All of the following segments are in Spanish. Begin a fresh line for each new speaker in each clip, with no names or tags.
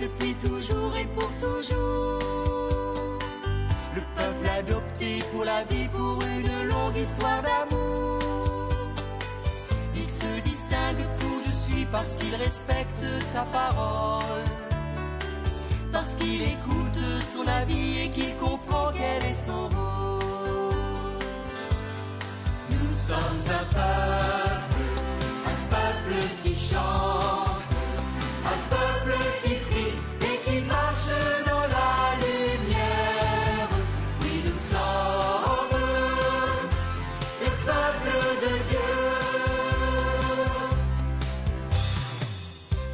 depuis toujours et pour toujours. Le peuple adopté pour la vie, pour une longue histoire d'amour. Il se distingue pour je suis parce qu'il respecte sa parole. Parce qu'il écoute son avis et qu'il comprend quel est son rôle. Nous sommes un peuple, un peuple qui chante, un peuple qui prie et qui marche dans la lumière. Oui, nous sommes le peuple de Dieu.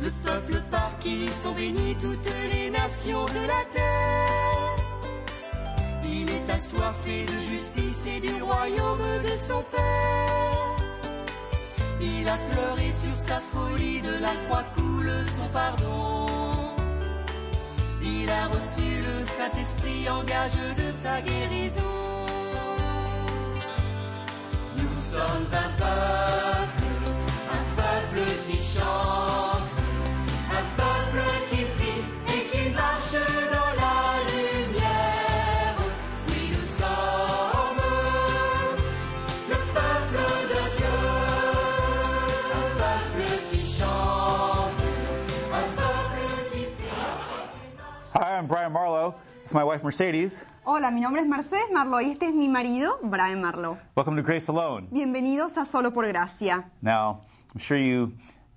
Le peuple par qui sont bénies toutes les nations de la terre. Il est assoiffé de justice et du royaume de son Père. Il a pleuré sur sa folie, de la croix coule son pardon. Il a reçu le Saint-Esprit en gage de sa guérison. Nous sommes un peuple, un peuple qui chante. Un peuple qui prie et qui marche dans la lumière. Oui, nous sommes le peuple de Dieu. Un peuple qui chante. Un peuple qui
Hi, I'm Brian Marlowe. It's my wife Mercedes.
Hola, mi nombre es Mercedes Marlowe y este es mi marido, Brian Marlowe.
Welcome to Grace Alone.
Bienvenidos a Solo por Gracia.
Now, I'm sure you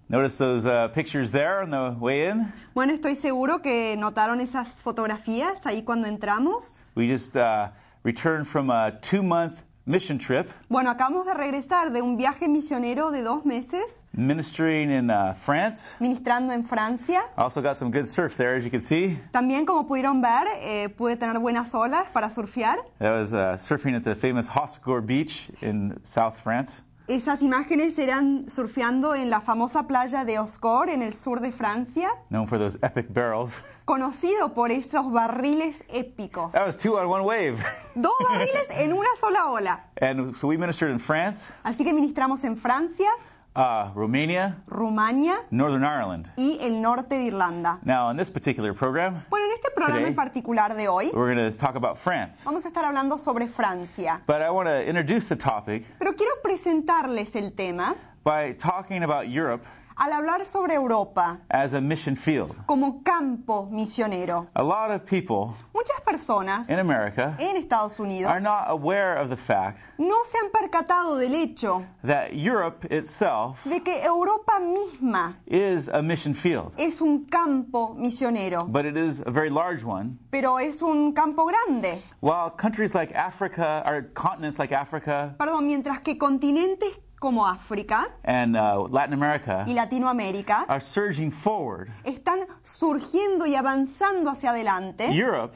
noticed those uh, pictures there on the way in.
Bueno, estoy seguro que notaron esas fotografías ahí cuando entramos.
We just uh, returned from a two month mission trip
Bueno, acabamos de regresar de un viaje misionero de dos meses,
ministering in uh, France.
ministrando en Francia.
Also got some good surf there, as you can see.
También, como pudieron ver, eh, pude tener buenas olas para surfear.
That was uh, surfing at the famous Hossegor Beach in South France.
Esas imágenes eran surfeando en la famosa playa de Oscor, en el sur de Francia,
known for those epic barrels.
conocido por esos barriles épicos.
That was two on one wave.
Dos barriles en una sola ola.
and so we ministered in France,
Así que ministramos en Francia,
uh, Romania,
Rumania
Northern Ireland.
y el norte de Irlanda.
Now, in this particular program,
Bueno, en este programa
Today.
en particular de hoy
we're going to talk about France.
vamos a estar hablando sobre Francia.
But I want to introduce the topic
Pero quiero presentarles el tema
by talking about Europe
al hablar sobre Europa
as a mission field.
como campo misionero.
A lot of people
Muchas personas
in America
en Estados Unidos
are not aware of the fact
no se han percatado del hecho
that Europe itself
de que Europa misma
is a mission field,
es un campo misionero,
but it is a very large one.
pero es un campo grande.
While countries like Africa, or continents like Africa
Perdón, mientras que continentes como África
and uh, Latin
y
America
Latinoamérica
are surging forward,
están surgiendo y avanzando hacia adelante,
Europe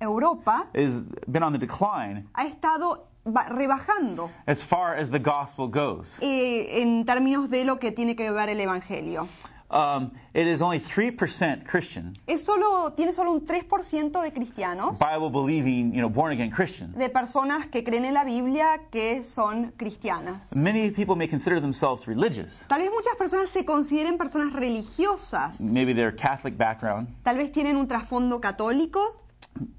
Europa
has been on the decline
ha estado ba- rebajando
as far as the gospel goes.
eh, en términos de lo que tiene que ver el Evangelio.
Um, it is only 3% Christian,
Es solo, tiene solo un 3% de cristianos,
Bible believing, you know, born again Christian.
de personas que creen en la Biblia que son cristianas.
Many people may consider themselves religious.
Tal vez muchas personas se consideren personas religiosas,
Maybe their Catholic background,
tal vez tienen un trasfondo católico,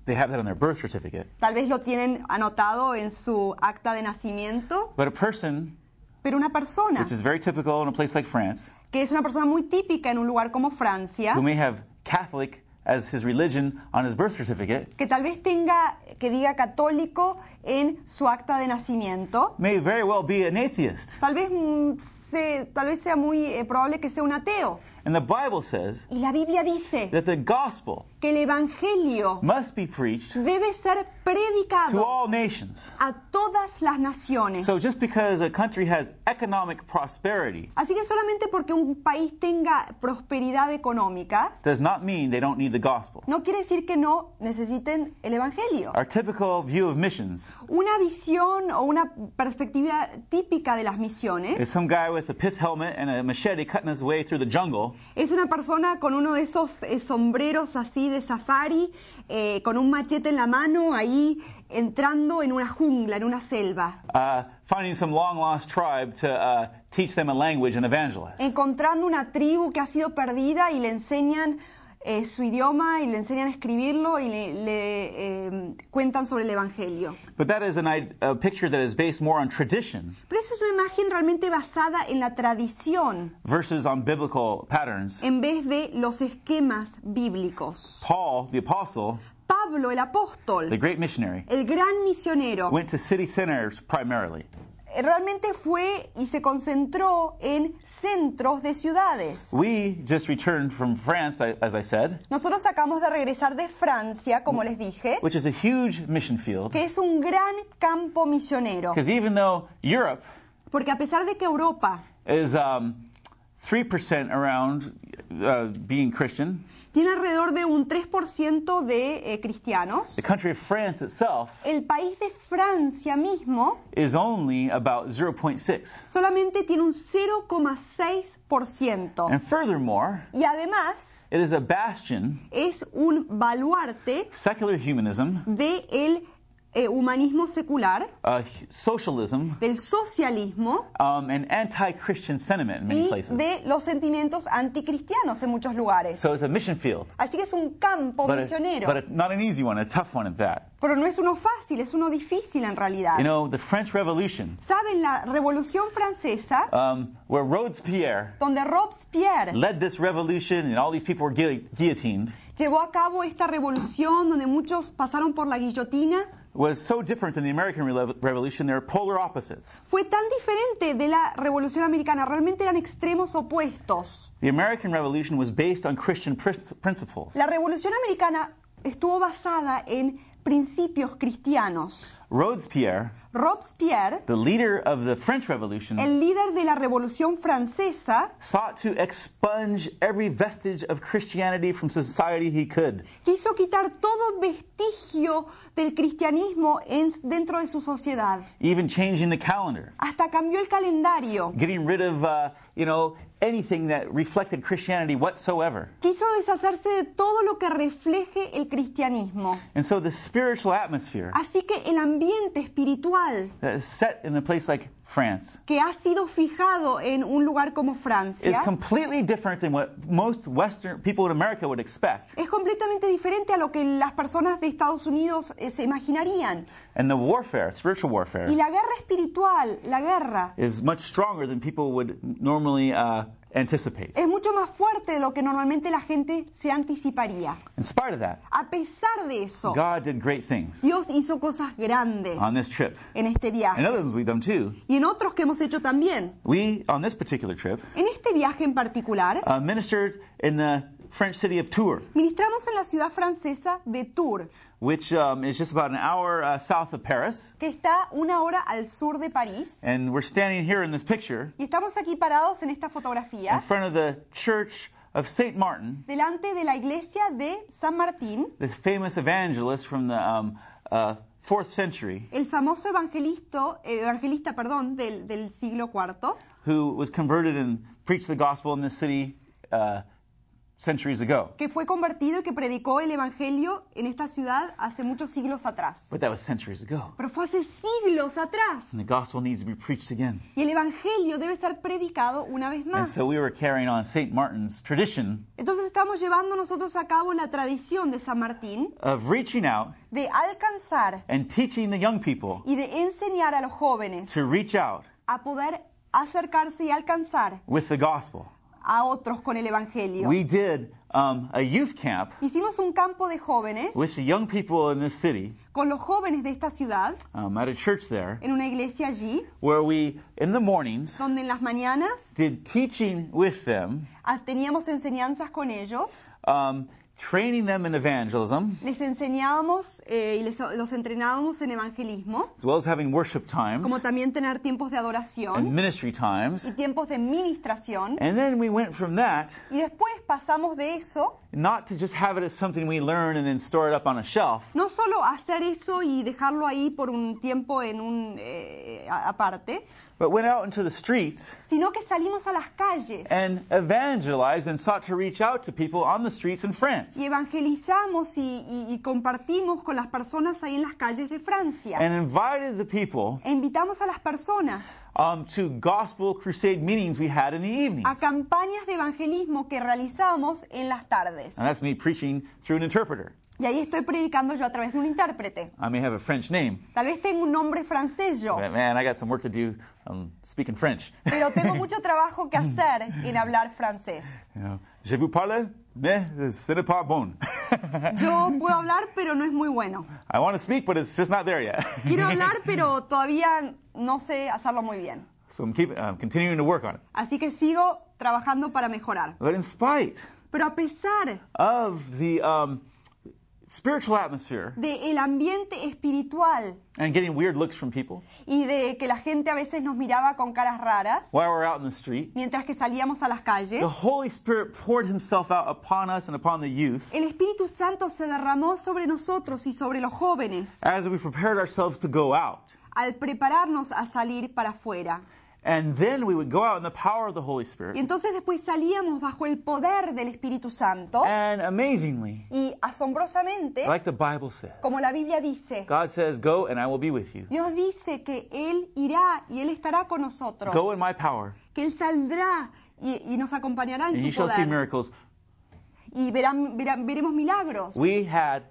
they have that on their birth certificate.
tal vez lo tienen anotado en su acta de nacimiento,
But a person,
pero una persona
which is very typical in a place like France,
que es una persona muy típica en un lugar como Francia,
who may have Catholic as his religion on his birth certificate,
que tal vez tenga, que diga católico en su acta de nacimiento,
may very well be an atheist.
tal vez, mm, se- tal vez sea muy eh, probable que sea un ateo.
And the Bible says
Y la Biblia dice
that the gospel
que el Evangelio
must be preached
debe ser
to
predicado
all nations.
a todas las naciones.
So just because a country has economic prosperity
Así que solamente porque un país tenga prosperidad económica,
does not mean they don't need the gospel.
no quiere decir que no necesiten el Evangelio.
Our typical view of missions
Una visión o una perspectiva típica de las misiones
is some guy with a pith helmet and a machete cutting his way through the jungle
Es una persona con uno de esos eh, sombreros así de safari, eh, con un machete en la mano, ahí entrando en una jungla, en una selva,
uh, finding some long lost tribe to uh, teach them a language and evangelize.
encontrando una tribu que ha sido perdida y le enseñan eh, su idioma y le enseñan a escribirlo y le, le, eh, cuentan sobre el Evangelio.
But that is an, id- a picture that is based more on tradition
Pero esa es una imagen realmente basada en la tradición
versus on biblical patterns.
en vez de los esquemas bíblicos.
Paul, the apostle,
Pablo, el
the
apóstol,
great missionary,
el gran misionero,
went to city centers primarily.
realmente fue y se concentró en centros de ciudades.
We just returned from France, I- as I said,
Nosotros acabamos de regresar de Francia, como les dije,
which is a huge mission field.
que es un gran campo misionero.
Because even though Europe
Porque a pesar de que Europa
is um, 3% around uh, being Christian,
tiene alrededor de un 3% de eh, cristianos,
the country of France itself
el país de Francia mismo
is only about 0.6.
solamente tiene un 0,6%.
And furthermore,
Y además
it is a bastion,
es un baluarte
secular humanism,
del eh, humanismo secular,
uh, hu- socialism,
del socialismo
um, and anti Christian sentiment in many
y
places.
de los sentimientos anticristianos en muchos lugares.
So it's a mission field,
Así que es un campo
but, a,
misionero.
but a, not an easy one, a tough one at that.
Pero no es uno fácil, es uno difícil en realidad.
You know, the French Revolution,
¿Saben la Revolución Francesa?
um, where Robespierre
donde Robespierre
led this revolution and all these people were guillo- guillotined,
llevó a cabo esta revolución donde muchos pasaron por la guillotina,
was so different than the American Re- Revolution. They're polar opposites.
fue tan diferente de la revolución americana. Realmente eran extremos opuestos.
The American Revolution was based on Christian prin- principles.
La revolución americana estuvo basada en principios cristianos.
Robespierre,
Robespierre,
the leader of the French Revolution,
el líder de la revolución francesa,
sought to expunge every vestige of Christianity from society he could.
quiso quitar todo vestigio del cristianismo en- dentro de su sociedad.
Even changing the calendar,
Hasta cambió el calendario.
getting rid of, uh, you know, anything that reflected Christianity whatsoever.
Quiso deshacerse de todo lo que refleje el cristianismo.
And so the spiritual atmosphere
Así que el ambiente espiritual
that is set in a place like France
que ha sido fijado en un lugar como
is
Francia
completely different than what most Western people in America would expect.
es completamente diferente a lo que las personas de Estados Unidos eh, se imaginarían.
And the warfare, spiritual warfare,
Y la guerra espiritual, la guerra,
is much stronger than people would normally uh, anticipate.
es mucho más fuerte de lo que normalmente la gente se anticiparía.
In spite of that,
A pesar de eso,
God did great things
Dios hizo cosas grandes
on this trip.
en este
And
viaje
others we've done too.
y en otros que hemos hecho también.
We, on this particular trip,
En este viaje en particular,
uh, ministered in the French city of Tours,
ministramos en la ciudad francesa de Tours,
which um, is just about an hour uh, south of Paris.
que está una hora al sur de París.
And we're standing here in this picture
Y estamos aquí parados en esta
in
fotografía,
front of the church of St. Martin,
delante de la iglesia de San Martín,
the famous evangelist from the um, uh, fourth century,
el famoso evangelista, evangelista perdón, del, del siglo IV,
who was converted and preached the gospel in this city uh, centuries ago.
que fue convertido y que predicó el evangelio en esta ciudad hace muchos siglos atrás.
But that was centuries ago.
Pero fue hace siglos atrás.
The gospel needs to be preached again.
Y el evangelio debe ser predicado una vez
And
más.
so we were carrying on St. Martin's tradition
Entonces estamos llevando nosotros a cabo la tradición de San Martín
of reaching out
de alcanzar
and teaching the young people
y de enseñar a los jóvenes
to reach out
a poder acercarse y alcanzar
with the gospel.
a otros con el evangelio.
We did um, a youth camp
Hicimos un campo de jóvenes
with the young people in this city
con los jóvenes de esta ciudad
um, at a church there
en una iglesia allí,
where we, in the mornings,
donde en las mañanas
did teaching with them,
ah, teníamos enseñanzas con ellos,
um, training them in evangelism,
les enseñábamos eh, y les- los entrenábamos en evangelismo,
as well as having worship times
como también tener tiempos de
and
adoración
ministry times.
y tiempos de ministración.
And then we went from that
Y después pasamos de eso,
not to just have it as something we learn and then store it up on a shelf,
no solo hacer eso y dejarlo ahí por un tiempo en un eh, a- aparte,
but went out into the streets
sino que salimos a las calles
and evangelized and sought to reach out to people on the streets in France. France.
y evangelizamos y, y- y compartimos con las personas ahí en las calles de Francia.
and invited the people
E invitamos a las personas
um, to gospel crusade meetings we had in the evenings.
a campañas de evangelismo que realizamos en las tardes.
Now that's me preaching through an interpreter.
Y ahí estoy predicando yo a través de un intérprete.
I may have a French name,
Tal vez tengo un nombre francés yo,
but man, I got some work to do um, speaking French.
pero tengo mucho trabajo que hacer en hablar francés.
You know, je vous parle, mais ce n'est pas bon.
Yo puedo hablar, pero no es muy bueno.
I want to speak, but it's just not there yet.
Quiero hablar, pero todavía no sé hacerlo muy bien.
so I'm, keep, I'm continuing to work on it.
Así que sigo trabajando para mejorar.
But in spite
Pero a pesar
of the um, spiritual atmosphere
del ambiente espiritual
and getting weird looks from people
y de que la gente a veces nos miraba con caras raras
while we're out in the street,
mientras que salíamos a las calles,
the Holy Spirit poured Himself out upon us and upon the youth
el Espíritu Santo se derramó sobre nosotros y sobre los jóvenes
as we prepared ourselves to go out.
al prepararnos a salir para afuera.
And then we would go out in the power of the Holy
Y
Spirit.
entonces después salíamos bajo el poder del Espíritu Santo
And amazingly,
y asombrosamente,
like the Bible says,
como la Biblia dice,
God says, Go and I will be with you.
Dios dice que Él irá y Él estará con nosotros,
Go in my power,
que Él saldrá y, y nos acompañará
and you
en su
shall see
poder
miracles.
y verán- verán- veremos milagros.
We had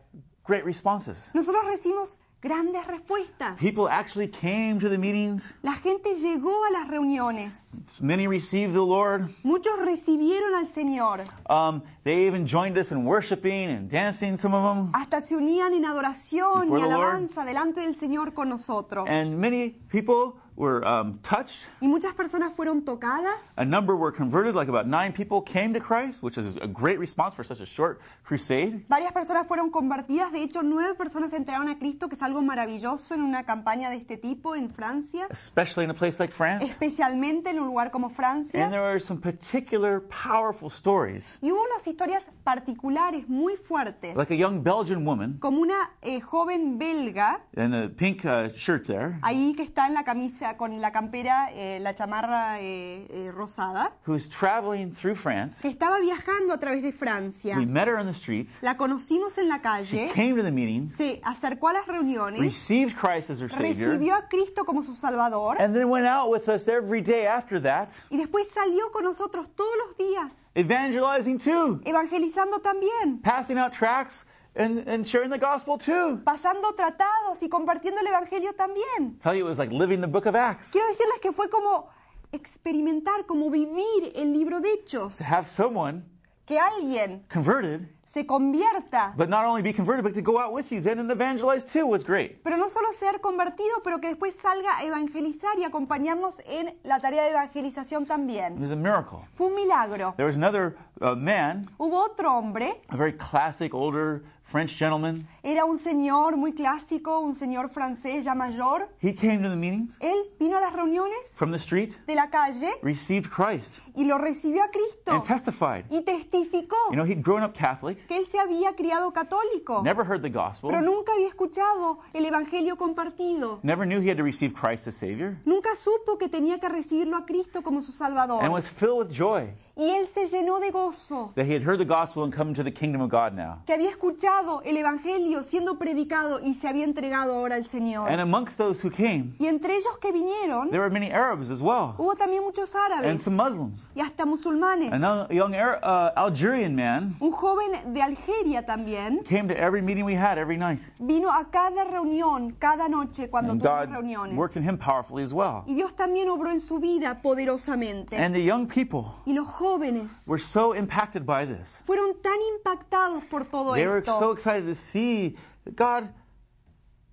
great responses.
Nosotros recibimos grandes respuestas.
People actually came to the meetings.
La gente llegó a las reuniones.
Many received the Lord.
Muchos recibieron al Señor.
Um, they even joined us in worshiping and dancing, some of them.
Hasta se unían en adoración y
Before the Lord.
alabanza delante del Señor con nosotros.
And many people were um, touched.
Y muchas personas fueron tocadas.
A number were converted, like about nine people came to Christ, which is a great response for such a short crusade.
Varias personas fueron convertidas. De hecho, nueve personas entraron a Cristo, que es algo maravilloso en una campaña de este tipo en Francia,
especially in a place like France.
especialmente en un lugar como
And
Francia.
there are some particular powerful stories,
Y hubo unas historias particulares muy fuertes.
like a young Belgian woman
Como una eh, joven belga
in a pink uh, shirt there,
ahí que está en la camisa, con la campera, eh, la chamarra eh, eh, rosada,
who is traveling through France.
que estaba viajando a través de Francia.
We met her on the streets.
La conocimos en la
She
calle,
came to the meetings,
se acercó a las reuniones,
received Christ as her Savior,
recibió a Cristo como su Salvador
and then went out with us every day after that,
y después salió con nosotros todos los días,
evangelizing too,
evangelizando también,
passing out tracts and, and sharing the gospel too.
pasando tratados y compartiendo el Evangelio también.
Tell you, it was like living the book of Acts.
Quiero decirles que fue como experimentar, como vivir el libro de Hechos,
Have someone
que alguien
converted,
se convierta
but not only be converted, but to go out with you then and evangelize too was great.
Pero no solo ser convertido, pero que después salga a evangelizar y acompañarnos en la tarea de evangelización
It
también.
was a miracle.
Fue un milagro.
There was another uh, man,
Hubo otro hombre,
a very classic older French gentleman.
era un señor muy clásico, un señor francés ya mayor.
He came to the meetings
Él vino a las reuniones
from the street,
de la calle
received Christ,
y lo recibió a
and
Cristo
testified.
y testificó
You know, he'd grown up Catholic,
que él se había criado católico,
never heard the gospel,
pero nunca había escuchado el Evangelio compartido.
never knew he had to receive Christ as Savior,
Nunca supo que tenía que recibirlo a Cristo como su
and
Salvador.
was filled with joy
Y él se llenó de gozo.
that he had heard the gospel and come into the kingdom of God now.
que había escuchado el Evangelio siendo predicado y se había entregado ahora al Señor.
And amongst those who came,
Y entre ellos que vinieron,
there were many Arabs as well,
hubo también muchos
and
árabes
some Muslims.
y hasta musulmanes.
And a young Ara- uh, Algerian man
Un joven de Algeria también
came to every meeting we had every night,
vino a cada reunión, cada noche cuando
and
tuvimos
God
reuniones.
worked in him powerfully as well.
Y Dios también obró en su vida poderosamente.
And the young people
Y los jóvenes
were so impacted by this.
fueron tan impactados por todo
They were so
esto.
excited to see that God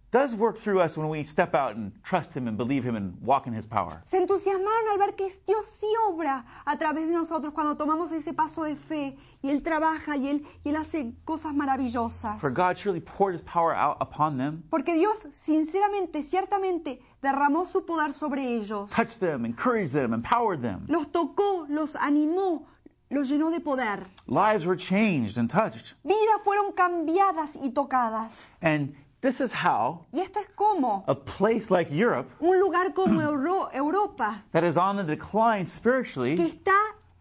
does work through us when we step out and trust Him and believe Him and walk in His power.
Se entusiasmaron al ver que Dios sí obra a través de nosotros cuando tomamos ese paso de fe y Él trabaja y Él, y él hace cosas maravillosas.
For God surely poured His power out upon them,
Porque Dios sinceramente, ciertamente, derramó su poder sobre ellos.
touched them, encouraged them, empowered them.
Los tocó, los animó, los llenó de poder.
Lives were changed and touched.
Vidas fueron cambiadas y tocadas.
And this is how
Y esto es como
a place like Europe,
un lugar como Euro- Europa,
that is on the decline
que
spiritually,
está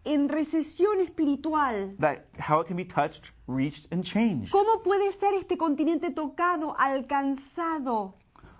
en recesión espiritual.
that how it can be touched, reached, and changed
¿Cómo puede ser este continente tocado, alcanzado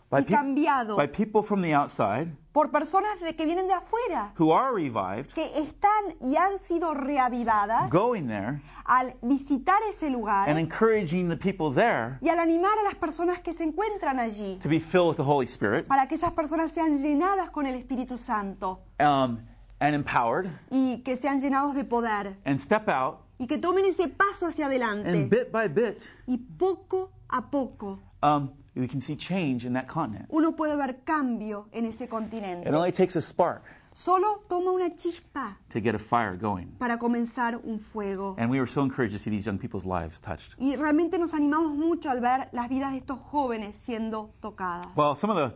by,
y cambiado
by people from the outside
por personas de- que vienen de afuera,
who are revived,
que están y han sido reavivadas
going there
al visitar ese
and
lugar
encouraging the people there
y al animar a las personas que se encuentran allí
to be filled with the Holy Spirit
para que esas personas sean llenadas con el Espíritu Santo
um, and empowered,
y que sean llenados de poder
and step out
y que tomen ese paso hacia adelante
and bit by bit,
y poco a poco
um, we can see change in that continent.
uno puede ver cambio en ese
It
continente.
only takes a spark
Solo toma una chispa
to get a fire going.
para comenzar un fuego.
And we were so encouraged to see these young people's lives touched.
Y realmente nos animamos mucho al ver las vidas de estos jóvenes siendo tocadas.
Well, some of the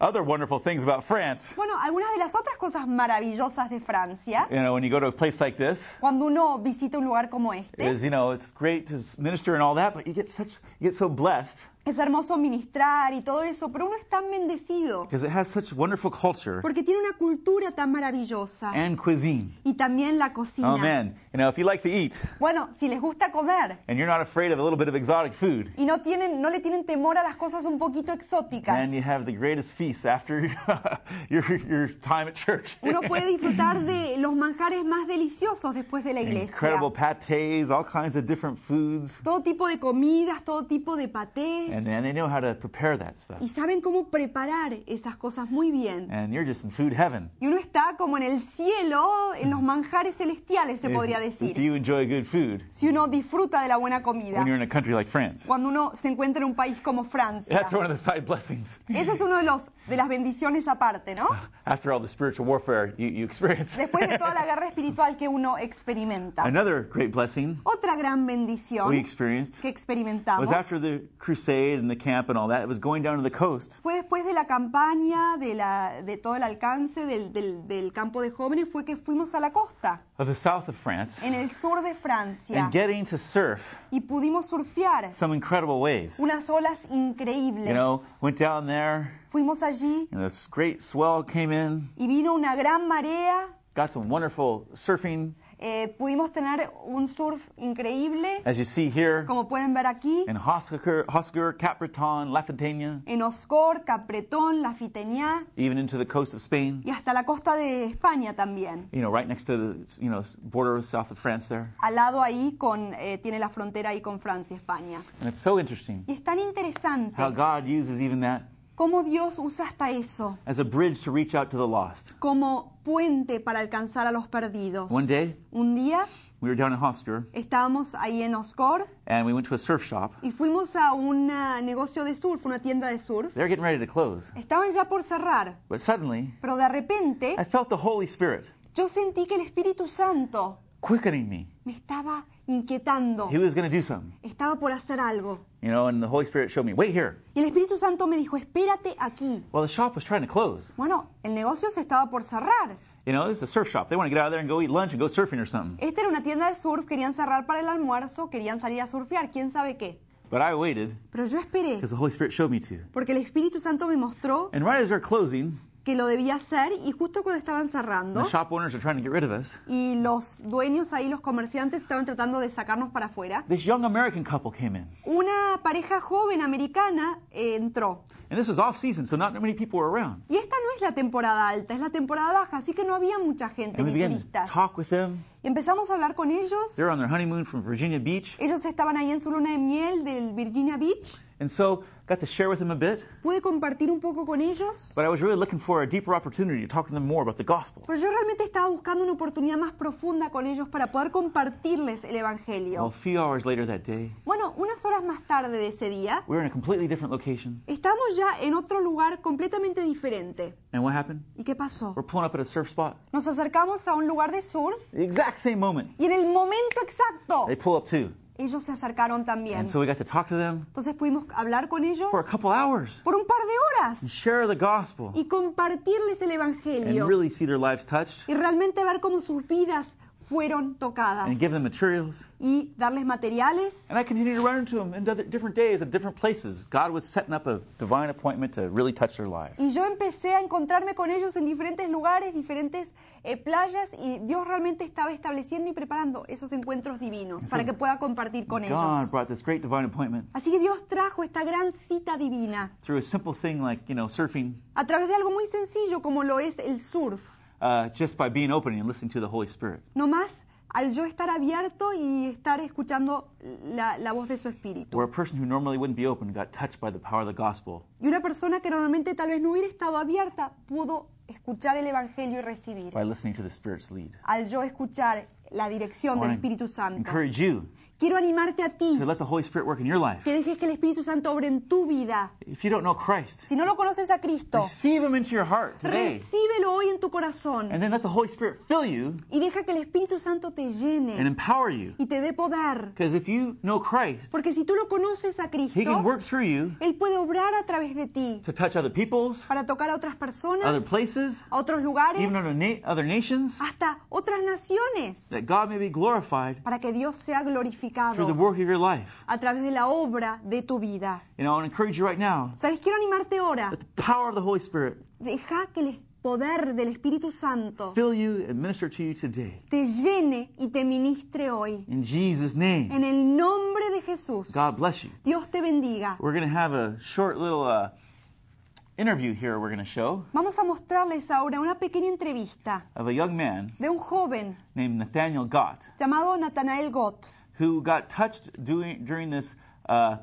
other wonderful things about France,
Bueno, algunas de las otras cosas maravillosas de Francia,
you know, when you go to a place like this,
cuando uno visita un lugar como este,
is you know it's great to minister and all that, but you get such you get so blessed
es hermoso ministrar y todo eso, pero uno es tan bendecido
because it has such wonderful culture
porque tiene una cultura tan maravillosa
and cuisine.
y también la cocina.
Eh. Amen. You know, if you like to eat
Bueno, si les gusta comer
and you're not afraid of a little bit of exotic food,
y no tienen, no le tienen temor a las cosas un poquito exóticas,
then you have the greatest feast after your your time at church.
uno puede disfrutar de los manjares más deliciosos después de la iglesia.
Incredible pates, all kinds of different foods,
Todo tipo de comidas, todo tipo de patés.
and then they know how to prepare that
y
stuff.
saben cómo preparar esas cosas muy bien.
And you're just in food heaven.
Y uno está como en el cielo, en los manjares celestiales, se podría
If, if
decir,
you enjoy good food
si uno disfruta de la buena comida,
when you're in a country like France,
cuando uno se encuentra en un país como Francia.
that's one of the side blessings.
Esa es una de, los, de las bendiciones aparte, ¿no?
After all the spiritual warfare you, you experience.
Después de toda la guerra espiritual que uno experimenta.
Another great blessing
Otra gran
we
bendición
experienced
que
was
experimentamos
after the crusade and the camp and all that. It was going down to the coast,
fue después de la campaña, de, la, de todo el alcance del, del- del campo de jóvenes, fue que fuimos a la costa,
of the south of France,
en el sur de Francia,
and getting to surf
y pudimos surfear
some incredible waves.
unas olas increíbles.
You know, went down there,
Fuimos allí
and this great swell came in,
y vino una gran marea.
got some wonderful surfing,
eh, pudimos tener un surf increíble,
as you see here
como pueden ver aquí,
in Hosker, Hosker Cap Breton, La Fontaine,
en Oscor, Capretón, La Fiteñá
even into the coast of Spain.
y hasta la costa de España también.
You know, right next to the you know border south of France there,
Al lado ahí con, eh, tiene la frontera ahí con Francia, España.
and it's so interesting
Y es tan interesante
how God uses even that
cómo Dios usa hasta eso
as a bridge to reach out to the lost.
como puente para alcanzar a los perdidos.
One day,
Un día
we were down in Hosker
estábamos ahí en Oscor
and we went to a surf shop.
y fuimos a un ah, negocio de surf, una tienda de surf.
They're getting ready to close.
Estaban ya por cerrar,
But suddenly,
pero de repente
I felt the Holy Spirit
yo sentí que el Espíritu Santo
quickening me.
me estaba inquietando,
He was going to do something,
estaba por hacer algo.
you know, and the Holy Spirit showed me, wait here.
Y el Espíritu Santo me dijo, espérate aquí.
Well, the shop was trying to close.
Bueno, el negocio se estaba por cerrar.
You know, this is a surf shop. They want to get out of there and go eat lunch and go surfing or something.
Esta era una tienda de surf, querían cerrar para el almuerzo, querían salir a surfear, quién sabe qué.
But I waited
Pero yo esperé,
because the Holy Spirit showed me to.
porque el Espíritu Santo me mostró
And right as they're closing,
que lo debía hacer y justo cuando estaban cerrando
the shop owners are trying to get rid of us.
y los dueños ahí, los comerciantes, estaban tratando de sacarnos para afuera,
This young American couple came in.
una pareja joven americana eh, entró.
And this was off season, so not many people were around.
Y esta no es la temporada alta, es la temporada baja, así que no había mucha gente
And we
ni
began to
turistas.
talk with them.
Y empezamos a hablar con ellos.
They're on their honeymoon from Virginia Beach.
Ellos estaban ahí en su luna de miel del Virginia Beach.
And so got to share with them a bit.
Pude compartir un poco con ellos.
But I was really looking for a deeper opportunity to talk to them more about the gospel.
Pero yo realmente estaba buscando una oportunidad más profunda con ellos para poder compartirles el
Well, a
Evangelio.
few hours later that day,
Bueno, unas horas más tarde de ese día,
we were in a completely different location.
estamos ya en otro lugar completamente diferente.
And what happened?
¿Y qué pasó?
We're pulling up at a surf spot.
Nos acercamos a un lugar de surf
The exact same moment.
y en el momento exacto
They pull up too.
ellos se acercaron también.
And so we got to talk to them
Entonces pudimos hablar con ellos
for a couple hours,
por un par de horas
share the gospel,
y compartirles el
and
Evangelio
really see their lives touched.
y realmente ver cómo sus vidas fueron tocadas
and give them materials.
y darles materiales.
And I continued to run into them in other- different days at different places. God was setting up a divine appointment to really touch their lives.
Y yo empecé a encontrarme con ellos en diferentes lugares, diferentes eh, playas, y Dios realmente estaba estableciendo y preparando esos encuentros divinos para que pueda compartir con
God
ellos.
brought this great divine appointment
Así que Dios trajo esta gran cita divina
through a simple thing like, you know, surfing,
a través de algo muy sencillo como lo es el surf.
uh, just by being open and listening to the Holy Spirit.
Nomás al yo estar abierto y estar escuchando la, la voz de su espíritu.
Where a person who normally wouldn't be open got touched by the power of the gospel.
Y una persona que normalmente tal vez no hubiera estado abierta pudo escuchar el Evangelio y recibir.
by listening to the Spirit's lead.
Al yo escuchar la
I
dirección del
wanna
Espíritu Santo.
encourage you
Quiero animarte a ti
to let the Holy Spirit work in your life.
que dejes que el Espíritu Santo obre en tu vida.
If you don't know Christ,
Si no lo conoces a Cristo,
receive Him into your heart today,
recíbelo hoy en tu corazón
and then let the Holy Spirit fill you
y deja que el Espíritu Santo te
and
llene
empower you.
y te dé poder.
Because if you know Christ,
Porque si tú lo conoces a
He can
Cristo,
work through you
Él puede obrar a través de ti
to touch other peoples,
para tocar a otras
other
personas,
places,
a otros lugares,
even other, na- other nations,
hasta otras naciones,
that God may be glorified
para que Dios sea
through the
glorificado
work of your life.
a través de la obra de tu vida.
And I want to encourage you right now
¿Sabes? Quiero animarte ahora.
let the power of the Holy Spirit
Deja que el poder del Espíritu Santo
fill you and minister to you today.
te llene y te ministre hoy.
In Jesus' name,
En el nombre de Jesús.
God bless you.
Dios te bendiga.
We're going to have a short little uh, interview here we're going to show
Vamos a mostrarles ahora una pequeña entrevista
of a young man
de un joven
named Nathaniel Gott
llamado Natanael Gott,
who got touched doing, during this uh,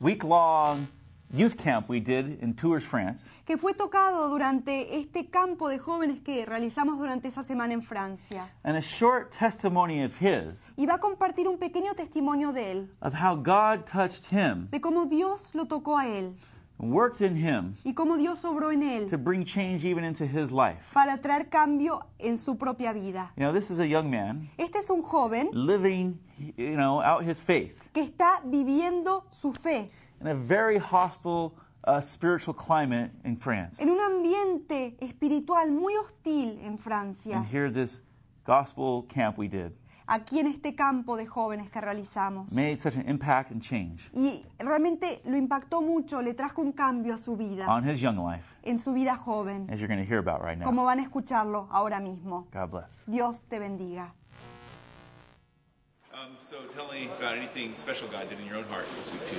week long youth camp we did in Tours, France.
que fue tocado durante este campo de jóvenes que realizamos durante esa semana en Francia.
And a short testimony of his
Y va a compartir un pequeño testimonio de él,
of how God touched him,
de cómo Dios lo tocó a él
worked in him
y cómo Dios obró en
to
él
bring change even into his life.
para traer cambio en su propia vida.
You know, this is a young man
Este es un joven
living, you know, out his faith
que está viviendo su fe
in a very hostile uh, spiritual climate in France.
en un ambiente espiritual muy hostil en Francia,
and here this gospel camp we did
aquí en este campo de jóvenes que realizamos.
made such an impact and change
Y realmente lo impactó mucho, le trajo un cambio a su vida,
on his young life,
en su vida joven,
as you're going to hear about right now.
como van a escucharlo ahora mismo.
God bless.
Dios te bendiga.
Um, so tell me about anything special God did in your own heart this week too.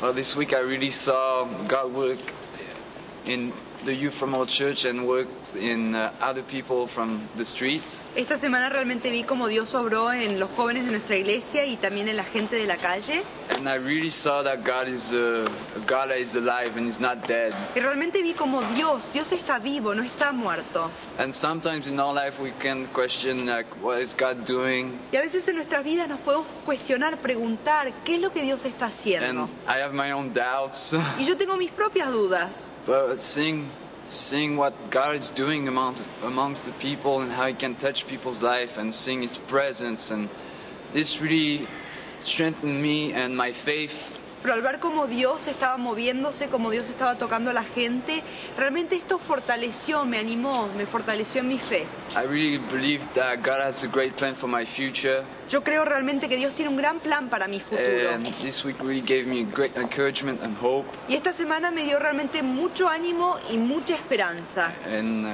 Well, Uh, this week I really saw God work in the youth from our church and worked in uh, other people from the streets.
Esta semana realmente vi cómo Dios obró en los jóvenes de nuestra iglesia y también en la gente de la calle.
And I really saw that God is uh, a God that is alive and is not dead.
Y realmente vi cómo Dios, Dios está vivo, no está muerto.
And sometimes in our life we can question like, what is God doing?
Y a veces en nuestras vidas nos podemos cuestionar, preguntar, ¿qué es lo que Dios está haciendo?
And I have my own doubts,
Y yo tengo mis propias dudas.
but seeing seeing what God is doing among, amongst the people and how He can touch people's life and seeing His presence and this really strengthened me and my faith
Pero al ver cómo Dios estaba moviéndose, cómo Dios estaba tocando a la gente, realmente esto fortaleció, me animó, me fortaleció en mi fe.
I really believe that God has a great plan for my future,
Yo creo realmente que Dios tiene un gran plan para mi futuro.
and this week really gave me great encouragement and hope.
Y esta semana me dio realmente mucho ánimo y mucha esperanza.
And uh,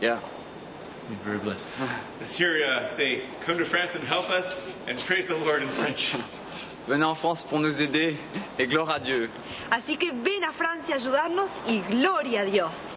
yeah,
You're very blessed. Let's hear uh, say, "Come to France and help us," and praise the Lord in French.
venez en France pour nous aider et gloire à Dieu.
Así que ven a Francia a ayudarnos y gloria a Dios.